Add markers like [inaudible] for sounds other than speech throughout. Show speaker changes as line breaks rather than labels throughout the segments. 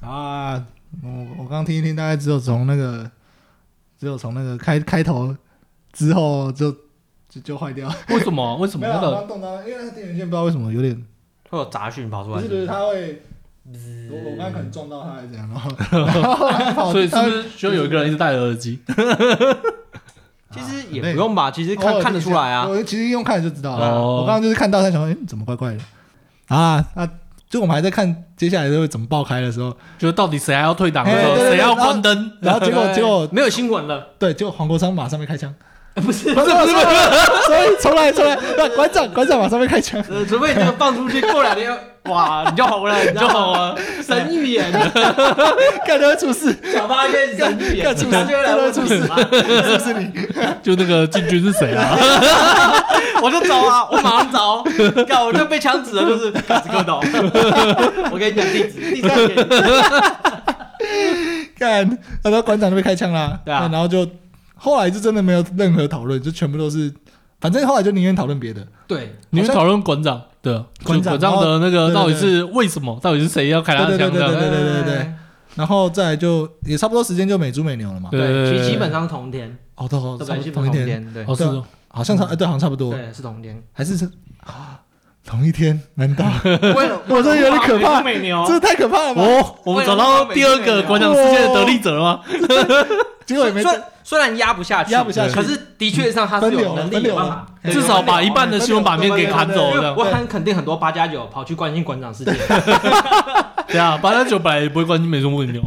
啊听一听，大概只有从那个，只有从那个开开头之后就就就坏掉。
为什
[laughs]
么？为什么
没
那
有啊
个
刚动到，因为那个电源线不知道为什么有点，
会有杂讯跑出
不
来
是不
是不
是
是？
它会，我我刚才可能撞到它还是怎样，然后然后它跑
所以是
它
不
会
是就有一个人一直戴着耳机？
[laughs] 其实也不用
啊
吧，其实看
偶尔
看得出来啊。
我哦其实用看就知道了。
哦
我刚刚就是看到他想说，哎、怎么怪怪的？啊，那、就我们还在看接下来会怎么爆开的时候，
就到底谁还要退档，或
嘿
者
对对对
谁要关灯？
然后结
[laughs]
果
对
结果
没有新闻了， [laughs]
对，结果黄国昌马上被开枪，
不是
不是不是不是， [laughs] 所以重来重来，对馆长馆长马上被开枪，
呃，除非这个放出去，过两
[laughs]
天，哇，你就红了，你
就
就
好
红了，
啊，
神预言，
[laughs] 看他会出事，
小八现在神预言，
干出事
他就会来问出事，
是不是你？
就那个进军是谁啊？
我就走啊，我马上走，干我就被枪指了，就是卡斯克岛，我跟你讲地址，地址给你，
干，然后馆长就被开枪啦，
对啊
然后就后来就真的没有任何讨论，就全部都是，反正后来就宁愿讨论别的，
对，
你们讨论馆长的，
馆长
就馆长的那
然
个
后
到底是为什么？到底是谁要开他的枪
对对
的？
对对对对然后再来就也差不多时间就美猪美牛了嘛，
对，其实基本上同天，
哦，都
对
差
吧？
不
基
多同一
本上同
天。
天，对
哦，是哦，
好像差，呃，对，好像差不多，
对，是同天。
还是是同一天？难道
为了
我这有点可怕
美牛
这太可怕了吧？
哦，我们找到第二个馆长世界的得力者了吗？
结果也没
虽虽然压不下去，
压不下去
可是的确上他是有能
分
力有办法，
流了分流了啊哎
至少把一半的新闻版面给砍走，
因
这
为
样
我很肯定很多八加九跑去关心馆长事件，
对啊，八加九本来也不会关心美中不牛，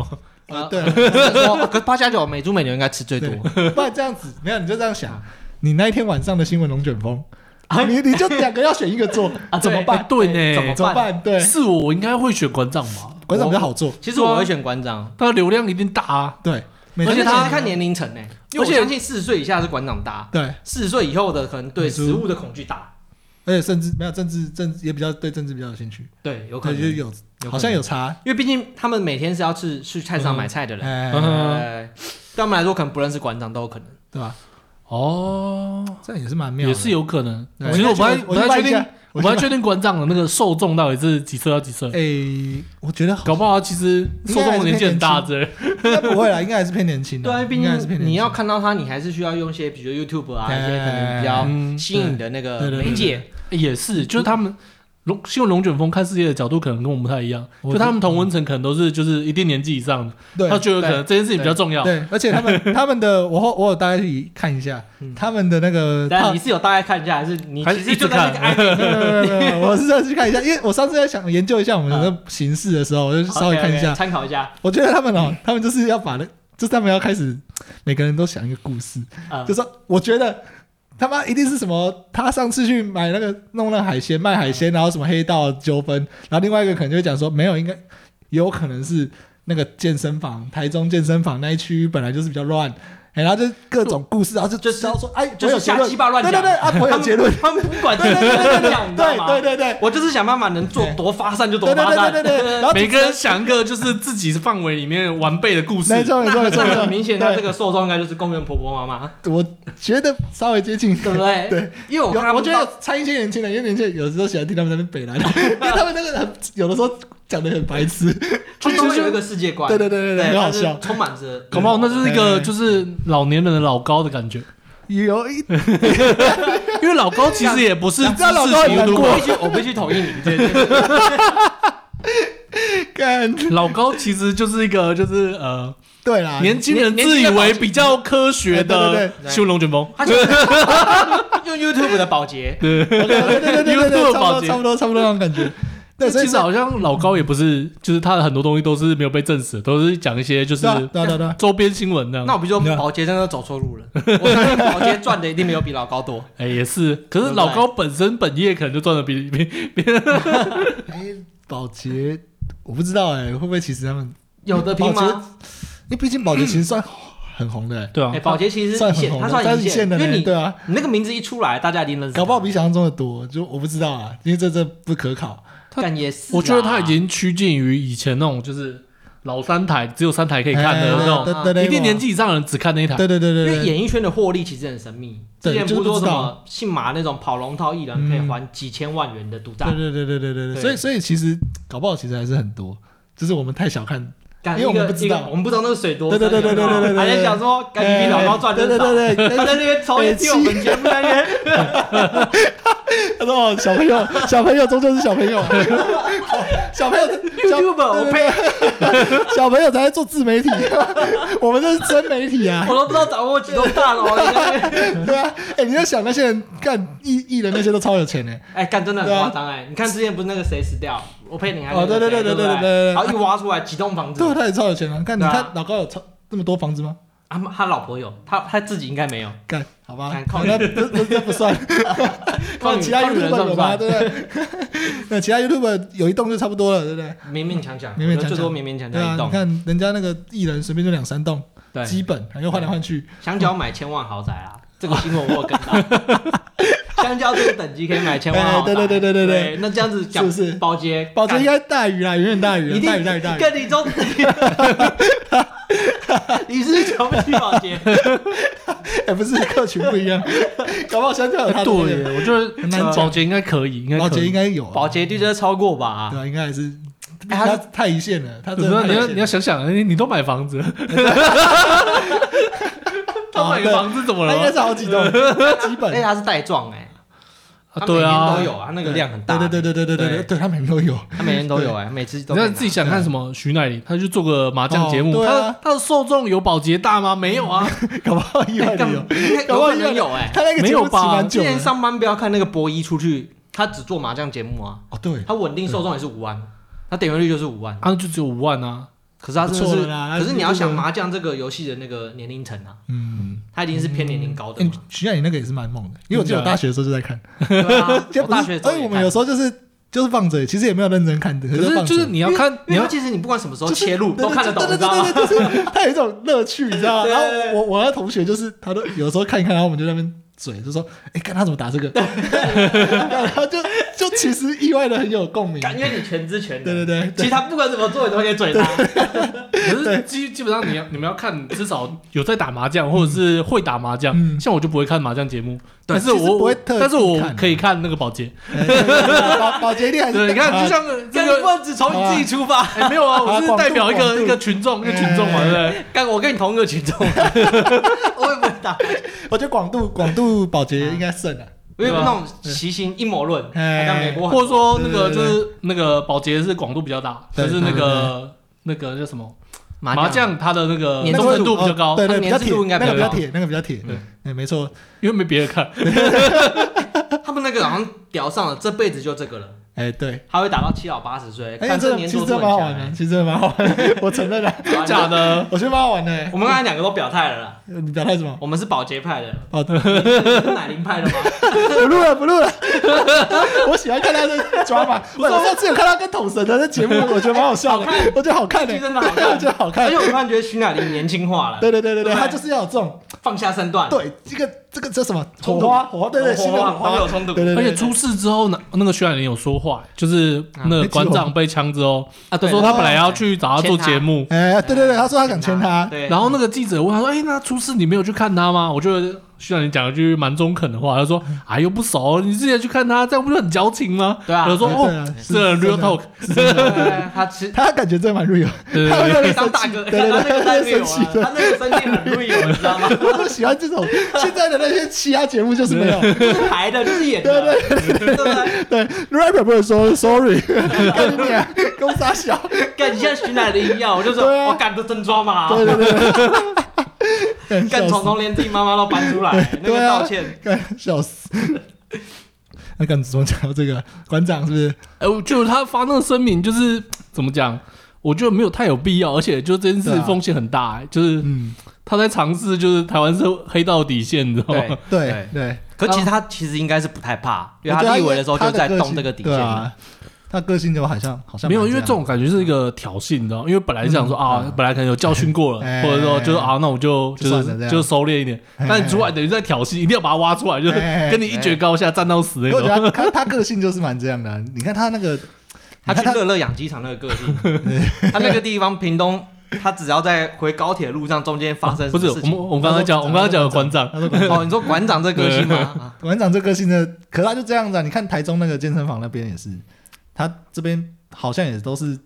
啊
啊
[laughs] 对，
说可是八加九美猪美牛应该吃最多， [laughs]
不然这样子，没有你就这样想，你那一天晚上的新闻龙卷风，啊你你就两个要选一个
[laughs]
做
啊，
怎么办？哎
对
怎么
呢，
怎么办？对，
是我，我应该会选馆长吧？
馆长比较好做，
其实我会选馆长，
他的流量一定大啊。
对，美
而
猪
且
美
他
牛
是看年龄层呢，因为我相信四十岁以下是馆长大，
对，
四十岁以后的可能对食物的恐惧大，
而且甚至没有政治政治也比较对政治比较有兴趣，
对，有可
对，
能，
就
因
有
能
好像有差，
为毕竟他们每天是要去去菜市场买菜的人，
哎，
嗯
对对他们来说可能不认识馆长都有可能。
对吧？
哦，
这样也是蛮妙的，
也是有可能。
对。
其实我不太
去
不太确定，，我
哎我
不
去
太
问一下
确定馆长的那个受众到底是几岁到几
哎
岁，
诶，我觉得好
搞不好他其实受众的年纪很大之类的。
应该不会啦，应该还是偏年轻的。
对啊，毕
应该还是偏
竟
年轻
你要看到它，你还是需要用一些，比如 YouTube 啊，
对
一些可能比较
嗯，
吸引的那个
对对对
媒介。
哎也是，就是他们龙新闻龙卷风看世界的角度可能跟我们不太一样，
我嗯
就他们同温层可能都是就是一定年纪以上的，他
对
觉得可能这件事情比较重
啊
要。
对，而且他们他们的我后我有大概去看一下
嗯
他们的那个
但
套
你。是有大概看一下，还是你
还
其
是
实就在那个
一
IG
没有没有没有没有我是要去看一下，因为我上次在想研究一下我们的形式的时候，我就稍微看一下。
参考一下？
我觉得他们哦，他们就是要把那，就是他们要开始每个人都想一个故事，
啊
就，说我觉得他妈一定是什么，他上次去买那个弄那海鲜卖海鲜，然后什么黑道纠纷，然后另外一个可能就会讲说没有，应该有可能是那个健身房，台中健身房那一区本来就是比较乱，哎、然后就各种故事，然后就
就是
知道说哎，
就
我
是
有结
瞎
论，
鸡巴乱
对
讲。
对对， [laughs] 啊，我有结论，
他们不管
对对对对对
乱
对
讲，你知道吗？
对对对。
我就是想办法能做多发散就
对
多
对
发
对
散。
对对对，然后
每个人想一
[laughs]
个就是自己范围里面完备的故事
没，错没错没
那
错
这
没错，
很明显，他
对
这个受众应该就是公园婆婆妈妈，
我觉得稍微接近，
对不对？
对，
因为我看他
有，
们
我觉得
到
有参一些年轻人，因为年轻人有时候喜欢听他们在那边北来，因为他们那个很有的时候讲的很白痴，
他们
就
都
就
有一个世界观，
对对对对对，很好笑，，
充满着
搞不好那就是一个
对
就是老年人的老高的感觉，
有一
因为老高其实也不是
你
知
知道老高很难过
我必须我必须同意你这件事。
[laughs] 干，
老高其实就是一个就是呃
对啦，
年轻人
年
自以
年轻
为
人
比较科学
哎对对
的
对对
修龙卷风，
他就是 [laughs] 用 YouTube 的保洁，
对对对对对对对，
YouTube
差不
保
多
洁
差不多差不多那种感觉，对，所以
其实好像老高也不是，就是他的很多东西都是没有被证实的，都是讲一些就是
对啊对啊对啊对啊，
周边新闻这
那
样。
我不就
嗯
保洁真的走错路了？我相信保洁赚的一定没有比老高多。
哎，也是，可是老高本身本业可能就赚的比比比
哎，保洁我不知道哎，会不会其实他们，
有的拼吗？
因为毕竟保洁其实算很红的，哎
对啊
哎，，保洁其实是
算
一
很
线，
红
他
的，
算
一
一
线
线，
的
因
呢，
为你
对啊，
你那个名字一出来，大家一定认识。
搞不好比想象中的多，就我不知道啊，因为这这不可考，
但也是啊，
我觉得他已经趋近于以前那种就是老三台只有三台可以看的
哎
那种，
对对对
一定年纪以上的人只看那一台。
对对对
因
对
为
对，
演艺圈的获利其实很神秘。
对
之前不是
就是不
说
知
什
道嗯
么信马那种跑龙套艺人可以还几千万元的赌债
对，对对对对对对，
对
所以所以其实搞不好其实还是很多，就是我们太小看
干
因为我们
一个
不知道
一个我们不知道那个水多深，
对对对对对对对对
还在想说，干一瓶老高赚
对
多
对对
少？
对，
[laughs] 他在那边抽烟，听我们节目在那
[laughs]
边，
他说哦小朋友，小朋友终究是小朋
[laughs]
友，小朋友，小 [laughs]
YouTube，我
对对对 [laughs] 小朋友才在做自媒体，我们这是真媒体啊
我，都不知道掌握几栋大楼了。在那边
对啊，哎，你要想那些人干艺艺人那些都超有钱
[laughs]
呢，
[laughs] 哎，干真的很夸张哎！你看之前不是那个谁死掉，我配你还
啊哦对对对
对
对对对对
不
对
然后一挖出来几栋房子
对，，他也超有钱啊，看你
对啊
看老高有超那么多房子吗？
啊他老婆有，他他自己应该没有。
干，好吧
干，靠
那这这这不
[laughs]
算，
靠
那
你
其他
靠你人
YouTube
算不
有吗？
算？
对不对？ [laughs] 那其他 YouTube 有一栋就差不多了，对不对？
勉勉强强，
勉勉强强
我觉得最多勉勉强
对
强
啊，
一
你
栋。
看人家那个艺人随便就两三栋，
对，
基本又换来换去，
香蕉买千万豪宅啊，这个新闻我有跟
[laughs]
到。香蕉这个等级可以买千万豪宅，
哎对对对对对
对
对
那这样子讲
是不是
保洁，
保值应
干
该大于啦，远远大于啦，
一定
大于大于大于。
跟你中，你是不 [laughs] 是瞧不起
[laughs]
保洁，
[laughs] 哎，不是客群不一
[laughs]
样，搞不好香蕉有他的那个
哎对，我觉
很难讲
得保洁应该可以，应该可
保
以
洁应该有啊，
保洁地真的超过吧？
对啊，应该还是。
哎
他
他
太一线了，他
你
真的
要
太
你
一
要
线
你要
了
想想，你你都买房
[laughs]
子，他
哦
买
对
个房子怎么
他
了
应该
吗？
是好几栋，基
[laughs] 而且
本
它是带状哎，
啊
它每
对
年
啊
都，有啊，那个量很大，
对对对对对对对
对
对，他们都有，
它每年都有哎，每次都
你
可以拿。
看自己想看什么？徐乃麟，他去做个麻将节
哦
目，
对
他
啊
他的受众有保洁大吗？没
[laughs]
有啊，
搞不好意外
哎
的
干
有。
应该
搞
有
不好
可
意外的
能有哎。
他那个
没
节
有
目起
吧
蛮
之
久的
前上班不要看那个博一出去，他只做麻将节目啊，
哦，对，
他稳定受众也是五万，他点阅率就是五万。
啊，就只有五万啊，
可是他真的
不错
是，
了啦
可是你要
那
想
是
麻将这个游戏的那个年龄层啊，
嗯，
他一定是偏年龄高的
哎
嘛。
徐亚你那个也是蛮猛的，因为我记得我
真的啊
大学的时候就在看，[laughs]
对啊，
就
我大学的时候
哎，
也
我
看
们有时候就是就是放着，其实也没有认真看的，
可
是
是
放着
就是你要看，你
因为
要
其实你不管什么时候
就是
切入
对
都看得懂，你
对
知道
对
吗
对？对，就是它有一种乐趣，你知
[laughs]
道吗？
对
然后
对对
我我的同学就是，他都有时候看一看，然后我们就在那边嘴，就说：“哎，看他怎么打这个。” [laughs] 然后就就其实意外的很有共鸣，
感觉你全知全
对
能。
对对
其
对
实他不管怎么做，你都可以嘴他。
可是基基本上你要你们要看，至少有在打麻将，或者是会打麻将。
嗯
像我就不会看麻将节目，
对
但是
其实
我
不会特地
但是我
看
可以看那啊个保洁。
对对对对， [laughs] 保保洁一定还是
对，你看，就像这
干你不
个。
能只从你自己出发，
哎，没有 [laughs] 啊，我
啊
是
广度
代表一
广度
个一个群众，一个群众嘛，
哎
对不对？
干我跟你同一个
[laughs]
群众，我也不会打，
我觉得广度广度保洁应该啊胜了。
我有那种习性阴谋论，好
哎
像美国很
或者说那个
对对
就
对
是那个保洁是广度比较大，
对
就是那
对
个那个叫什么麻
麻
将，它的那个
粘哦
忠
着
诚度比较高，
对对，
它
比较
粘
铁
着，度应该
那个比较
比较
铁，那个比较铁
对，
哎，没错，
因为没别人看。
他们那个好像屌上了，这辈子就这个了，
哎，对，
他会打到七老八十岁，
哎，
看
这
这
个
年
其
头
实真
都
的蛮好玩
很
的，
强欸
其实真的蛮好玩的，我承认了，
哎
真假的？
我觉得蛮好玩的。
[laughs]
欸
我们刚才两个都表态了啦，
你表态什么？
我们是保洁派的，
哦，
你是奶铃派的吗？
不录了，不录了。我喜欢看他的抓马，我我上次有看他跟桶神的那节目，我觉得蛮好笑的，我觉得好看的，
其实真的好看
[laughs] 我觉得好
而
看
且。我突然觉得徐乃麟年轻化了，
对对对对对，
对
他就是要有这种
放下身段，
对这个这个叫什么火
冲突
花火花，对对，新的火
他们有
花，
冲突
对，对对，
而且
对
出事之后呢，那个徐海林有说话，就是那
啊
个
被
馆
指
长被枪之后，
啊
他
对
说他本来要
对
去找他做节目，
哎，对对对，他说他想签他，
对，
然后那个记者问他说：“哎、那出事你没有去看他吗？”我觉得徐然你讲了一句蛮中肯的话，他说：“哎，又不熟，你之前去看他，这样不就很矫情吗？”
嗯对啊
他说：“
哎对
哦
啊，是
这
是真
real
的
talk， [laughs]
对他吃。
他感觉真的蛮 real，
对
他会
对
有
可
点
以当
生
大
气，
哥，
对
他那
对对，
个
他
生
有
气
点生气，
有
对
啊，他那个生气很会有，你知道吗？
我就喜欢这种，现在的那些其他节目就是没有。
是排的，就是演的，对不对？
对，rapper 不能说 sorry，干
[laughs]
你啊娘，公傻小。
干，你像徐乃麟一样，我就说
对啊
我干都真抓嘛，
对对对
[laughs]
对，
干
笑
虫
死
虫连自己妈妈都搬出来，那
对
个
啊
道歉，
干笑死。那干怎么讲到这个馆长是不是？
哎，我觉得他发那个声明就是怎么讲？我觉得没有太有必要，而且就这件事
对啊
风险很大、哎就是
嗯，
他在尝试就是台湾是黑道底线，你知道吗
对？
对对，
可其实他其实应该是不太怕，因为
我觉得
他
他
立委的时候就
他
在
个
动
性
这个底
对
线。
啊。他个性就好像好像
没有，
蛮
因为这
样
种感觉是一个挑衅，你知道吗？因为本来是想说
嗯
啊
嗯，
本来可能有教训过
哎
了，或者说就是啊，那我就
就算了
就
这
是
样
就收敛一点。
哎
但主管等于在挑衅，一定要把他挖出来，就是
哎哎
跟你一决高下，站到死那
我觉
[laughs]
种。
得他他他个性就是蛮这样的啊。你看他那个，
他
你看
去
他
乐乐养鸡场那个个性， [laughs] 他那个地方屏东，他只要在回高铁路上中间发生
啊不是
什
我
么事情
们，我们刚才讲，我们刚才讲的馆长，
他说馆长
哦，你说馆长这个性吗？啊
馆长这个性的，可是他就这样子啊。你看台中那个健身房那边也是，他这边好像也都是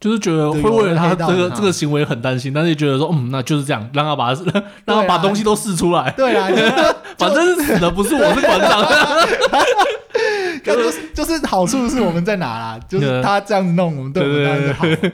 就是觉得
对
会为了他
有黑道
这个
很好
这个行为很担心，但是也觉得说，嗯，那就是这样，让他把 [laughs] 让他
对
把
啊
东西都试出来，
对
[laughs]
啊，
反正是死的不是我是馆
[laughs]
长，
就就是就是好处是我们在哪
[laughs]
啦，就是他这样子弄我们，对我们当然是好。
对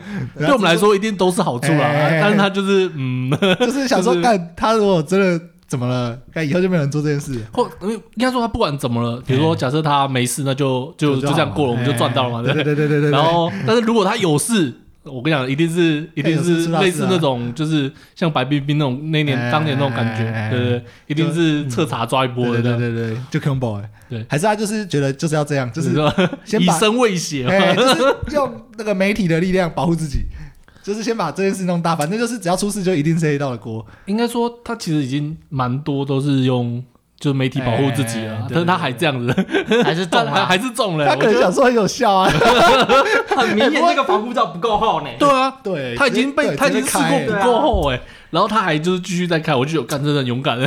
我们来说一定都是好处啦。
哎
但是他就是嗯，
就是想说，
就是
干他如果真的怎么了，干以后就没有人做这件事。
或呃应该说他不管怎么了，比如说
哎
假设他没事，那就就就这样过了，我们就赚到了嘛，
对
不
对哎对对对对。
然后，但是如果他有事，我跟你讲，一定是一定
有事
是
出大事啊
类似那种，就是像白冰冰那种那年
哎
当年那种感
哎
觉，对对，对一定是彻查抓一波
嗯对
的，
对对对，对就 combo 哎，
对
还是他就是觉得就是要这样，就
就是是说
先
以
把
身啊喂血
哎，
嘛，
就是用那个媒体的力量保护自己，就是先把这件事弄大，反正就是只要出事就一定是黑道的锅。
应该说他其实已经蛮多都是用。就是媒体保护自己
哎
了，啊
对
但是他还这样子，
还是
但 [laughs]
中
还
啊，
还是中了。欸
他
我
可
觉
能
得
想说很有效啊，
很明显这个防护罩不够厚呢。
对啊，
[laughs] 对，
他已经被
对
他已经
直接
试
开
过不
哎
对啊
够厚哎，然后他还就是继续在看，我就有干，真的很勇敢。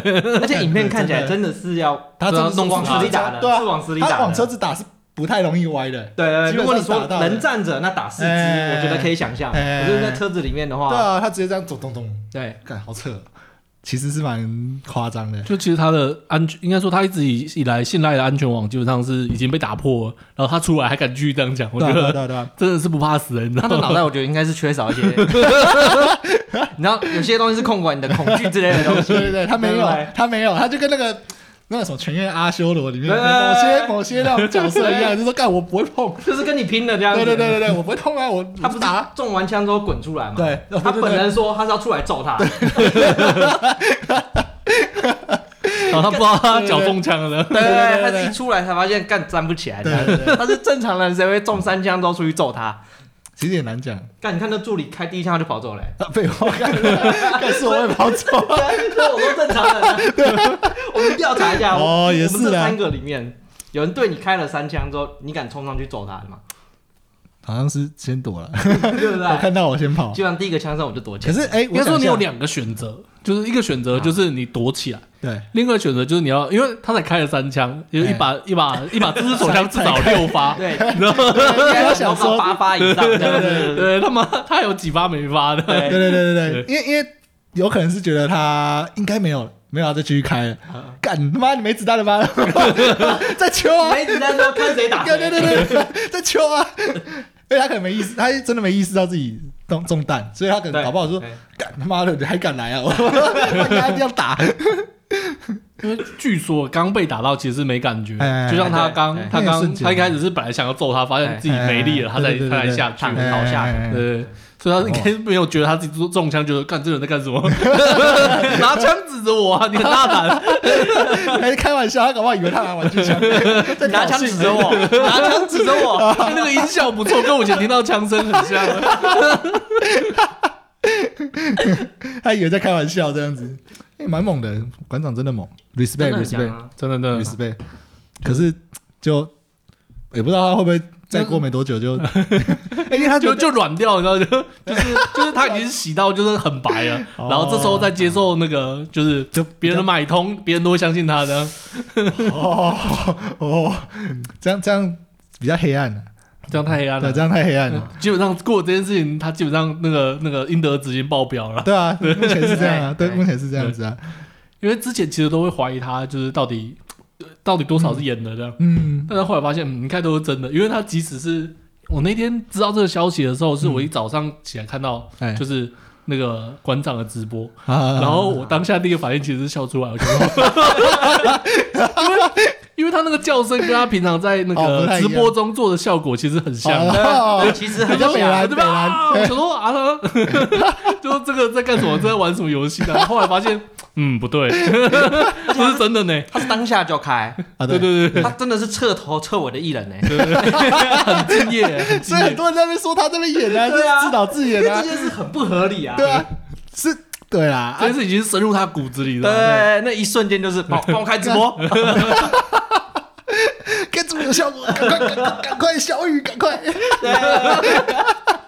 而且影片看起来真的是要
他真的是
对啊弄
往
死他
死里打的，
对啊
是，往死里打的。
他往车子打是不太容易歪的。
对对，
基本上
对如果
是
你
打
说
到的
能站着，那打四肢，
哎
我觉得可以想象。
哎
可是在车子里面的
对
话，
啊，他直接这样咚咚咚，
对，
干好扯，其实是蛮夸张的。
就其实他的安全，应该说他一直以以来信赖的安全网基本上是已经被打破了，然后他出来还敢继续这样讲，我
对
觉
啊对啊
得
对啊对
[laughs]
啊，
真的是不怕死人，你知啊
他
[laughs]
的
道
脑
吗？
袋我觉得应该是缺少一些，你知道有些东西是控管你的恐惧之类的东西。
对对对，他没有
对，
他没有，他就跟那个。那个什么《全院阿修罗》里面的
对
某些
对对
某些那种角色一样，就说干我不会
[laughs]
碰，
就是跟你拼了这样
对
子。
对对对对，我不会碰啊，我
他不是
打，
中完枪之后滚出来嘛？
对
[laughs] 他本人说他是要出来揍他，
然后他不知道他脚中枪了，
对
对对
他
对
自己出来才发现干站不起来
对对
的，他是正常人谁会中三枪之后出去揍他？
其实也难讲。
干，你看那助理开第一枪他就跑走了欸。 [laughs]
啊废话，干干是我会跑走。
对啊，那我说正常人啊，我们调查一下，
哦
我我
也
们
是
这
啊
三个里面有人对你开了三枪之后，你敢冲上去揍他的吗？
好像是先躲了，
对不
我
对？
看到我先跑。
基本上第一个枪声我就躲起
可
来。
是哎，
[laughs] 应该说你有
两
两个选择，就是一个选择就是你躲起来，
对
另一个选择就是你要，因为他才开了三枪，有一把
[laughs]
一把一把自制手枪至少六发，
[laughs] 对，
然后
应
我
该
想
想
说
[laughs]
说八发以上这样子。
对他妈他还有几发没发的， [laughs]
对
对
对对对对，因为因为有可能是觉得他应该没有了，没有要再继续开了。干他妈你没子弹了吧？ [laughs] 在敲啊！
[laughs] 没子弹说看谁打
对
谁。
对对对，在敲啊！因为他可能没意识，他真的没意识到自己中中弹，所以他可能
对
搞不好说
对
干他妈的你还敢来
[laughs]
啊！我我跟他一定要打。
因为据说刚被打到其实是没感觉
哎，
就像他刚
哎哎
他
那个瞬
刚
间
他一开始是本来想要揍他，发现自己没力了，
哎
他才
对对对
他才下去
躺。倒下
哎哎哎
对，所以他应该没有觉得他自己中中枪，觉得干这人在干什么， [laughs] 拿枪指着我啊，你很大胆，
还是哎开玩笑，他搞不好以为他拿玩具枪，在
拿
挑
枪
衅
指着我，
[laughs]
拿枪指着我。
哎那个音效不错，跟我以前听到枪声很像。啊
他以为在开玩笑这样子，哎、蛮猛的，馆长真的猛
真
，respect
的很强
respect
啊
真的真的，
respect。可是就也不知道他会不会再过没多久就，哎 [laughs] 因为他
就
就
就软掉，你知道 [laughs] 就就是就是他已经洗到就是很白了，
哦
然后这时候再接受那个就是
就
别人的买通，别人都会相信他的。
哦哦，这样这样比较黑暗了、啊
这样太黑暗了
对，
嗯
这。样太黑暗了。
基本上过这件事情，他基本上那个那个应得值已经爆表了，
对啊，目前是这样啊，
对
对，目前是这样子啊，
因为之前其实都会怀疑他就是到底到底多少是演的这样，
嗯，
但是后来发现，嗯，应该都是真的，因为他即使是我那天知道这个消息的时候，是我一早上起来看到
哎，
就是那个馆长的直播，
啊
然后我当下第一个反应其实是笑出来，我觉得，因为因为他那个叫声跟他平常在那
哦不太
个
一
直
样
播中做的效果其实很像，
哦
其实
比
很
较北
像
蓝，
对
北蓝
吧？，我想说啊，他就这个在干什么？在玩什么游戏呢？后来发现，嗯，不对，这是真的呢。
他是当下就开，
啊，
对
对，
[laughs] 对对，
他真的是彻头彻尾的艺人呢。
很敬业，很
所
敬
以很
业。
多人在那边说他这边演啊， [laughs]
对啊
是自导自
因
演
为
啊
这，件事很不合理啊。
对啊，是，对啦，啊
这件事已经深入他骨子里
对，
了。
那一瞬间就是帮我帮我开直
[laughs]
播，
该怎么有效果？赶快，赶快赶快，小雨，赶快！对
对， [laughs]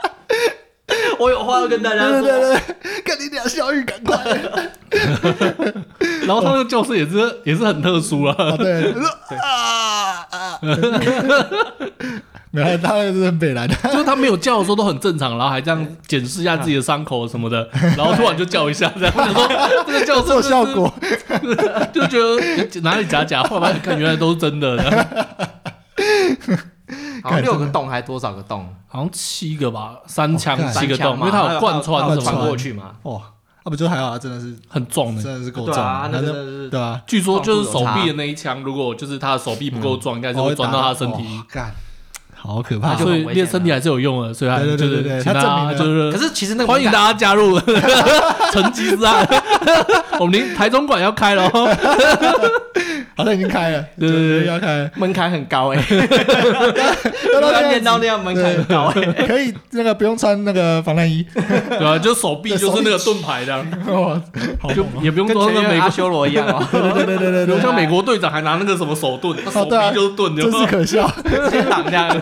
我有话要跟大家
对啊
说。
对对，赶紧俩小雨，赶快！
然后他那个叫声也是啊
啊哦
也是很特殊了。
哦，对，啊啊！ [laughs] 没有，他那是很 [laughs] 北来的，
[laughs] 就是他没有叫的时候都很正常，然后还这样检视一下自己的伤口什么的，然后突然就叫一下，
[laughs]
这样我想说这个叫
做
声
效，果。
就觉得哪里假假，后来看原来都是真的，
[laughs]
这样
好像六个洞还多少个洞？
好像七个吧，三
哦
枪
干
七个洞，因为
它
它有贯穿什
它
穿
么
过
的，
去嘛。
哦， [laughs] 那不就还好啊，真的是
很重
真
的。
的是够
对
重，
啊，那
反
个真
正
的是
对吧？
据说就是手臂的那一枪，如果就是他的手臂不够壮，应该是会
嗯会
钻到他的身体
哦，干，好可怕
那！就
所以
很危险
练身体还是有用的。所以他
对对
就
对
是
对对
请
他证明
大家
了
就是
可是其实那个
欢迎
门槛
大家加入 [laughs] 成吉思汗， [laughs] 我们临台中馆要开了哦。
好像已经开了，
[laughs] 对对对
就要开
[laughs]
了，
门槛很高哎，
要
要
那
练
样
到那样门槛很高哎。
[laughs] 子可以那个不用穿那个防弹衣， [laughs]
对啊，就手臂就是那个盾牌的，
哦，好
就
猛啊！
也不用
跟
说
前
那
面
美
阿
国，
修罗一样哦，
对对对对对
比如
对，
像美国队长还拿那个什么手盾，手
啊对啊
臂就是盾， [laughs]
真是可笑。
[laughs] 先挡这样。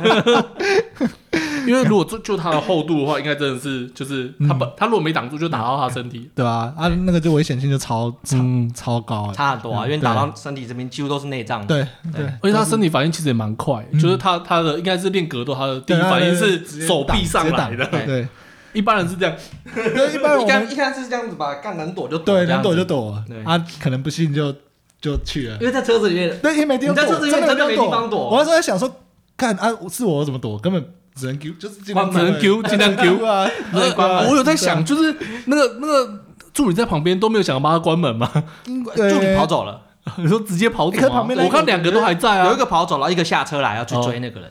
因为如果就就它的厚度的话，应该真的是就是它本它如果没挡住就打到他身体，
对吧？啊，那个就危险性就超超
嗯，
超高欸，
差很多啊，因为
嗯
打到身体这边几乎都是内脏。
对
对
对，
而且他身体反应其实也蛮快，就是他他的应该是练格斗，他的第一
对啊
反应
对对
是手臂上来的，
对
对，
一般人是这样，
因为一般我
一开
们
一开始是这样子吧，干能躲就躲，
对
这样
能躲
子
就，躲
对，
啊，可能不信就就去了，
因为在车子里面，
对，也没地方躲，
你在车子里
真
面
的
真的没地方躲
我那时候在想说，看啊，是我怎么躲，根本只能丢，就是尽量
只能丢尽
[laughs]
量丢
啊，
只能关
呃
门
我有在想，就是那个那个助理在旁边都没有想要帮他关门吗？
对
助理跑走了，
[laughs] 你说直接跑走
欸可是
吗
旁边那一
我
个
看两个都还在
有一
啊，哦
个跑走了，一个下车来要去追那个人，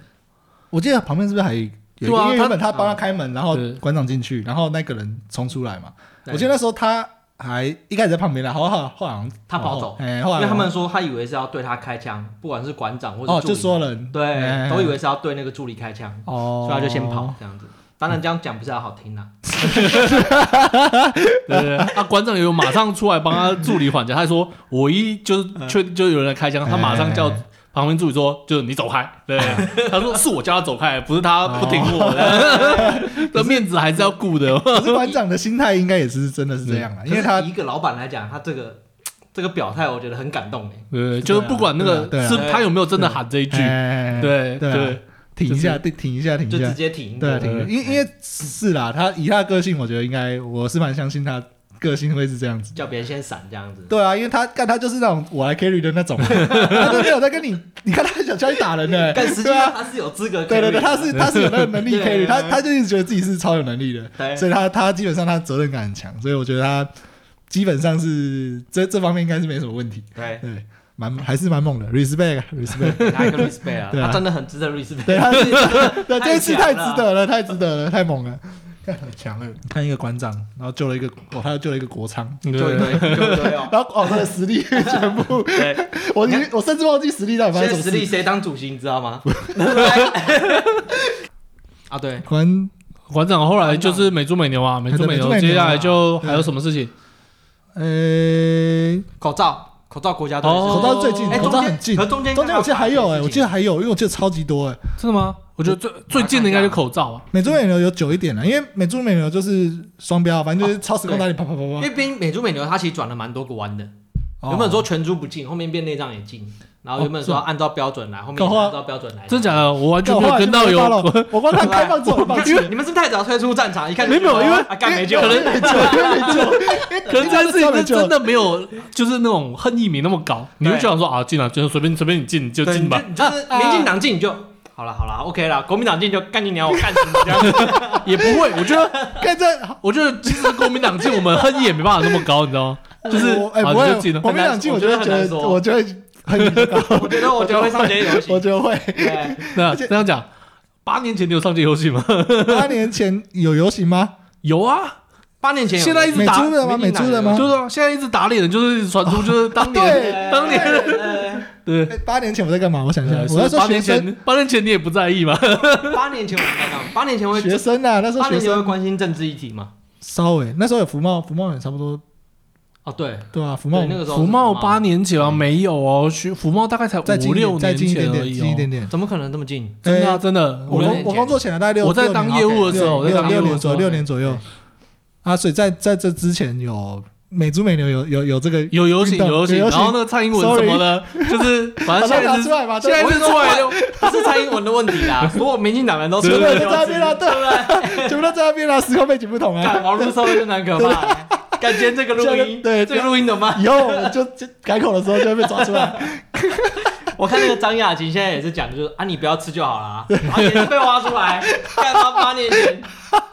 我记得旁边是不是还有一个？因
对啊
为
他
原本他帮他开门，然后
对
馆长进去，然后那个人冲出来嘛。
对
我记得那时候他还一开始在旁边的，后后后来好像
他跑走，
哎，后
因
来
为他们说他以为是要对他开枪，不管是馆长或
哦
者助
就
理，
说人
对，
哎
都以为是要对那个助理开枪，
哦，
所以他就先跑这样子。当然这样讲不是要好听啦，
[laughs]
对对对，啊，馆长有马上出来帮他助理缓解，他说我一就是确定就有人来开枪，他马上叫
嗯哎
旁边助理说就是你走开，
[laughs]
对，他说是我叫他走开，不是他
哦
不听我的，
[laughs]
这面子还是要顾的。
可是馆长的心态应该也是真的是这样啊，因为他
嗯可是以一个老板来讲，他这个这个表态，我觉得很感动哎。
对，就是不管那
对
个
啊
是
对啊
他有没有真的喊这一句，
哎
对
对啊
对，
停一下，对，停一下，停
就
一
直
下，
接停。
对啊，
对
停一下，因为因为是啦，他以他的个性，我觉得应该我是蛮相信他个性会是这样子。
叫别人先闪这样子。
对啊，因为他干他就是那种我来 carry 的那
[laughs]
种，他都没有在跟你，你看他想下去打人的、
但实际
对啊
上他是有资格 carry 的，
对对对，他是他是有那个能力
[laughs] 对
carry，他
对
他就一直觉得自己是超有能力的，
对
所以他他基本上他责任感很强，所以我觉得他基本上是这这方面应该是没什么问题，
对，
对，蛮还是蛮猛的，respect 啊 respect，
给他一个 respect 啊，
对啊
他真的很值得 respect。
对，他是对这一次
[laughs]
太
太强了
值得了，太值得了，太猛了，干很强了，看一个馆长，然后救了一个哦，他又救了一个国仓。
对
就
对
对就对哦，
然后哦，他的实力全部， [laughs]
对，
我已经我甚至忘记实力到底发
现
生什么
在实
事
力谁当主席你知
[laughs]
道吗？ [laughs] 啊，对，
关
馆长后来就是美猪美牛啊，美猪
对
美牛，
美猪美牛啊
接下来就还有什么事情？
呃，
口罩，口罩国家队是，
哦
口罩最近，
哎
口
中
罩
间
很近
可，中间
中间我记得还有哎，我记
得
得还有，因为我记得超级多哎。
真的吗？我觉得最最近的应该就口罩啊，
美猪美牛有久一点了，因为美猪美牛就是双标，啊反正就是超时空打你啪啪啪啪
因为边美猪美牛它其实转了蛮多个弯的，
啪。
原本说全猪不进，后面变内脏也进，然后原本说按照标准来，后面
哦搞坏
按照标准来，
真假的？我完
哦
全没有跟到有，
我后来就没发了
[laughs]
我光看开放之后，我放弃
因 [laughs] 为你们是不是太早退出战场，一 [laughs] 看就
没有
觉得
因为
啊干没救了，
可能
没救，没救，
可能这件事情是真的没有，就是那种恨意没那么高，你会
对
就想说啊，进啊，就是随便随便你进你就
对，
进
你
吧
就，你就是
啊
民进党进你就好了，好了，OK 了。国民党进就干你娘，我干死你这样
[laughs]
子。
也不会。我觉得，
看这
我觉得即使国民党进，我们恨意也没办法那么高，你知道吗？就是
我 [laughs] 哎不
啊你
会
就进，了
我们两季我
我
就
觉得
会觉
很
得，
难说
我就会很
[laughs] 我觉得我觉得会上街游
我
行。
觉得会。
对，
那这样讲，八年前你有上街游戏吗？ [laughs]
八年前有游行吗？
有啊，
八年前有
现在一直
美
打
猪的吗？美
民进党
猪的
有
吗？
就是啊现在一直打脸的，就是一直传出就是当年
对
当年
年
对。
哎八年前我在干嘛？我想一下，
对
我在
呃所以
说
八
学
年
生
前，八年前你也不在意嘛？
[laughs] 八年前我们开放，八年前会
学生啊，那时
八
候学
年前
生
会关心政治议题嘛？
稍微那时候有福茂，福茂也差不多
哦，对，
对吧、福茂
对那个时候
福茂八年前啊，没有哦，学福茂大概才
再近
五
一点
六
再
年
近一
前
点
而
点，
已
近一点
哦。
点。
怎么可能这么近？
真的啊
哎
真的，
我
五六
工
年
我
前
工作前大概六，
我在
六
当
年
业务的时候，我在
六
当业
六
务的
年
时
左
候
右，六年左右啊，所以在在这之前有美猪美牛有有有这个
有游行
运动
有游行，
有游
然
行
后那个蔡英文什么的，就是
把
反正
它
啊现
拿
在
出
是
来嘛，
现
对
在
我
是
跟你说
出来就
不是蔡英文的问题啦，所有民进党人都出
全部
来
都在那边了，
对不
对，
对？
全部都在那边了，时空背景不同啊
干。网络社会真的很可怕。 [laughs] 感觉这个录
这
音，
个对
这个录音怎么
[laughs]
办？
以后我们就就改口的时候就会被抓出来，
我看那个张雅琴现在也是讲，就是啊，你不要吃就好啦，然后也是被挖出来，干他八年前，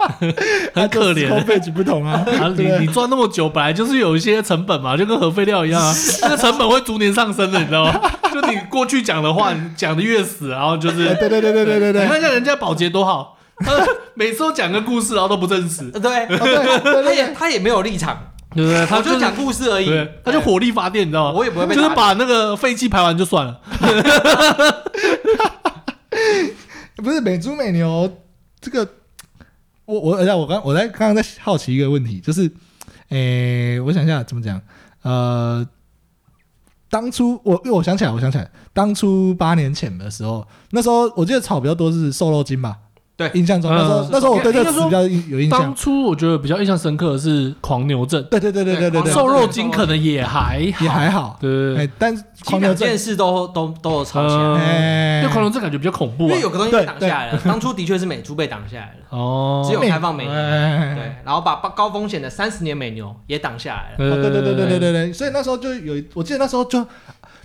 [laughs] 很可怜
时空背景不同啊，
[laughs] 啊，
对
你
不
你
对？
赚那么久，本来就是有一些成本嘛，就跟核废料一样啊，那个成本会逐年上升的，你知道吗？就你过去讲的话，你讲的越死，然后就是
对对对对对对对哦
[laughs] 你看一下人家保洁多好，他每次都讲个故事，然后都不真实，
呃对，
哦对对
他
对
也
对，
他也没有立场，
对不对？他
我
就
就是讲故事而已，
对，他就火力发电，你知道吗？
我也不会被打
就是把那个废气排完就算了，
不是美猪美牛这个，我我而且我刚我在刚刚在好奇一个问题，就是，诶，我想一下怎么讲，呃。当初我，因为我想起来，我想起来，当初八年前的时候，那时候我记得炒比较多是瘦肉精吧，
对
印象中那时候
嗯
那时候我对这个词
应
比较有印象
当，初我觉得比较印象深刻的是狂牛症，
对对对对对对对，
瘦肉精可能也还好
也还好，
对对对
哎，但是
其实
狂牛
两
症
件，事都都都有吵起
嗯
来，
哎，
因为狂牛症感觉比较恐怖
因
啊
为。有个东西
对
被挡下来了，当初的确是美猪被挡下来了，
哦，
只有开放美牛，
哎
对，然后把把高风险的三十年美牛也挡下来了，
呃
哦对对对对对对对，所以那时候就有，我记得那时候就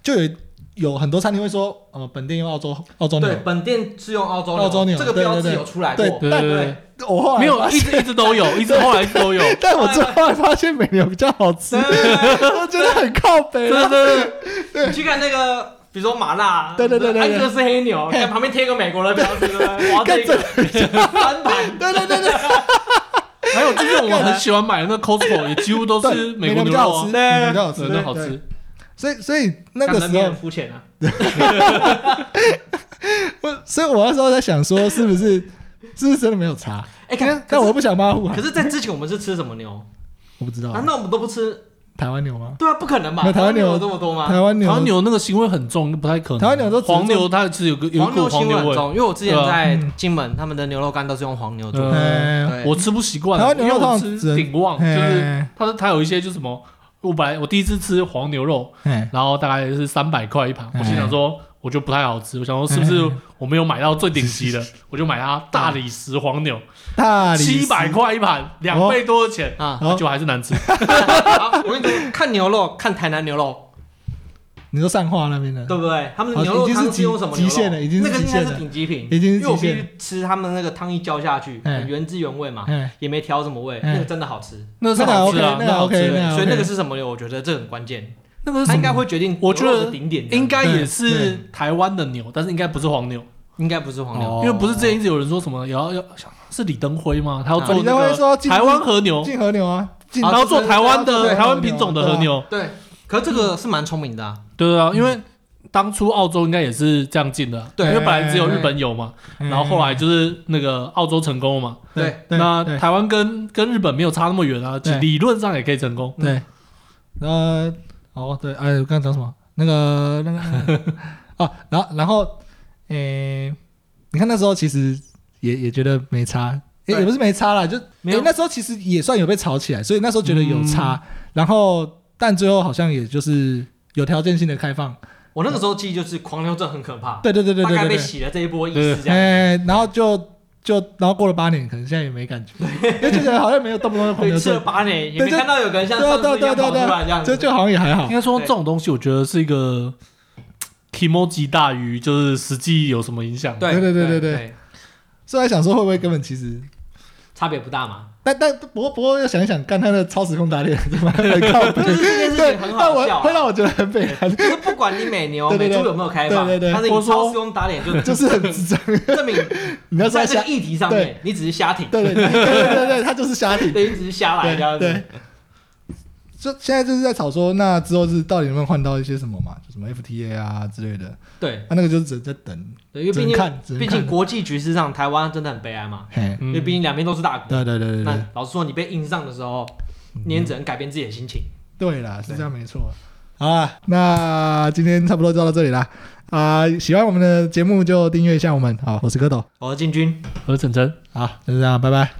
就有有很多餐厅会说，呃，本店用澳洲澳洲牛
对，，本店是用澳洲
澳洲牛
这个
对对
标志
对
有出来过
对，
对
但
对对
我后来
没有
发
一
现，
直一直都
[laughs]
有，一直后来一直都有。
但我最后来发现美牛比较好吃，
对对对
我觉得很靠北啊
对
了
对，对，
对你去看那个。比如说麻辣，
对对对对对
安格斯黑牛，看旁边贴个美国的标志，
[laughs]
对不对？哇，这
干
个
这
翻盘，
对对对对，
对还有就是我很喜欢买的那 Costco 也几乎都是
对
美
美牛
国
比
牛
较
肉
好
啊
吃，，美牛比较好吃，
真的好
对。对
吃。
所以所以 [laughs] 那个
讲得
时
你
候
很，肤浅啊。
我所以我那时候在想说，是不是是不是真的没有差？
哎，可
但但我又哦不想骂护航
可，是，在之前我们是吃什么牛？
我不知道啊
难道我们都不吃？
台湾牛吗？
对啊，不可能吧？
没有台湾牛
有这么多吗？
台湾
台
牛
湾牛那个腥味很重，不太可能。
台湾牛都只是
黄牛，它是有个有一
黄
股
牛
黄
腥味
牛
很
味，
重，因为我之前
对啊
在
嗯
金门，他们的牛肉干都是用黄牛做的。
哎
对
我吃不习惯啊。
台湾牛肉
因为我
通常
吃
只
鼎哦旺，就
嘿
是它是它有一些就是什么，我本来我第一次吃黄牛肉，
哎，
然后大概是三百块一盘，
嗯
我心想说。我就不太好吃，我想说是
哎
不是我没有买到最顶级的，我就买它大理石黄牛，
大理石
七百块一盘，两倍多的钱，
啊，
哦
就还是难吃。
好我跟你说，看牛肉，看台南牛肉，
你说上化那边的，
对不对？他们的牛肉
已经是
汤
极
用什么牛肉？
极限了已经是
那个应
极
该
限
是
了
顶级品，
已经是
因为我
极
必
限
须吃他们那个汤一浇下去，
嗯
很原汁原味嘛，
哎，
也没调什么味，
嗯
那个真的好吃。
那是
那个
好吃啊，
那个
好吃
OK，
对
那
所以
OK
那个是什么牛？我觉得这很关键，
那个是
它
什
应
么？
该会决定
我觉得
牛肉的顶点这样。
应该也
对
是台湾的牛，但是应该不是黄牛，
应该不是黄
哦
牛，
因为不是之前一直有人说什么也要要是李登辉吗？他要
啊
做
李
那
登辉说
个
要禁止
台湾和牛，
进和牛啊，进
然后做台湾
对
的
对啊
台湾品种的和牛，
对。可是这个是蛮聪明的啊，
对啊，因为当初澳洲应该也是这样进的啊，
对
因为本来只有日本有嘛，然后后来就是那个澳洲成功了嘛，
嗯对，对
那
对
台湾跟跟日本没有差那么远啊，
对
理论上也可以成功。
对，呃，哦对，哎，我刚刚讲什么？那个那个哦，然后然后，诶，你看那时候其实也也觉得没差。也
对
也不是没差啦，就
没有嗯
诶那时候其实也算有被炒起来，所以那时候觉得有差，然后但最后好像也就是有条件性的开放，
我那个时候记忆就是狂牛症很可怕，
对对对对
啊大
对
概
对
被
对，
洗了这一波意识这样。
哎、然后就就然后过了八年，可能现在也没感觉，因为就觉得好像没有动不动就狂
对，
牛
吃了
症，
八年，也
对
没
就
看到有个人像
对啊
上
对啊
次一
对啊
样
对
跑
啊
出
对
来
啊
这样子。
就就好像也还好
应。
[laughs]
该说
对
这种东西，我觉得是一个 emoji 大于就是实际有什么影响。
对
对对对
对
对对，所以在想说会不会根本其实，
差别不大
[laughs]
嘛。
但但不过不过又想一想，干他的超时空打脸，他妈的靠
就
北，
是这件
[laughs]
事
对
情，很
但
好笑
我会
啊，
让我觉得很北韩，
就是不管你美牛
对对
美
对
猪有没有开放，
对对对
但是
或
你
者说
超时空打脸就
[laughs] 就是很智障，[laughs]
证明
你要
在
说
这
瞎，
个议题上面，你只是瞎挺，
对对对对对对，他就是瞎挺，
对，你只是瞎来这样
对
子
对。。就现在就是在吵说，那之后是到底能不能换到一些什么嘛，就什么 FTA 啊之类的，
对，
他、那个就是只能在等，
对因为
只
毕
能
竟
看，只能
毕
看
竟国际局势上，台湾真的很悲哀嘛。
嘿，
嗯
因为毕竟两边都是大国，
对对对对对嗯
那，老实说，你被硬上的时候，你也只能改变自己的心情。
对啦，是这样没错。好啦，那今天差不多就到这里啦。啊、喜欢我们的节目就订阅一下我们。好，我是蝌蚪，
我是进军，
何晨晨。
好，就这样，拜拜。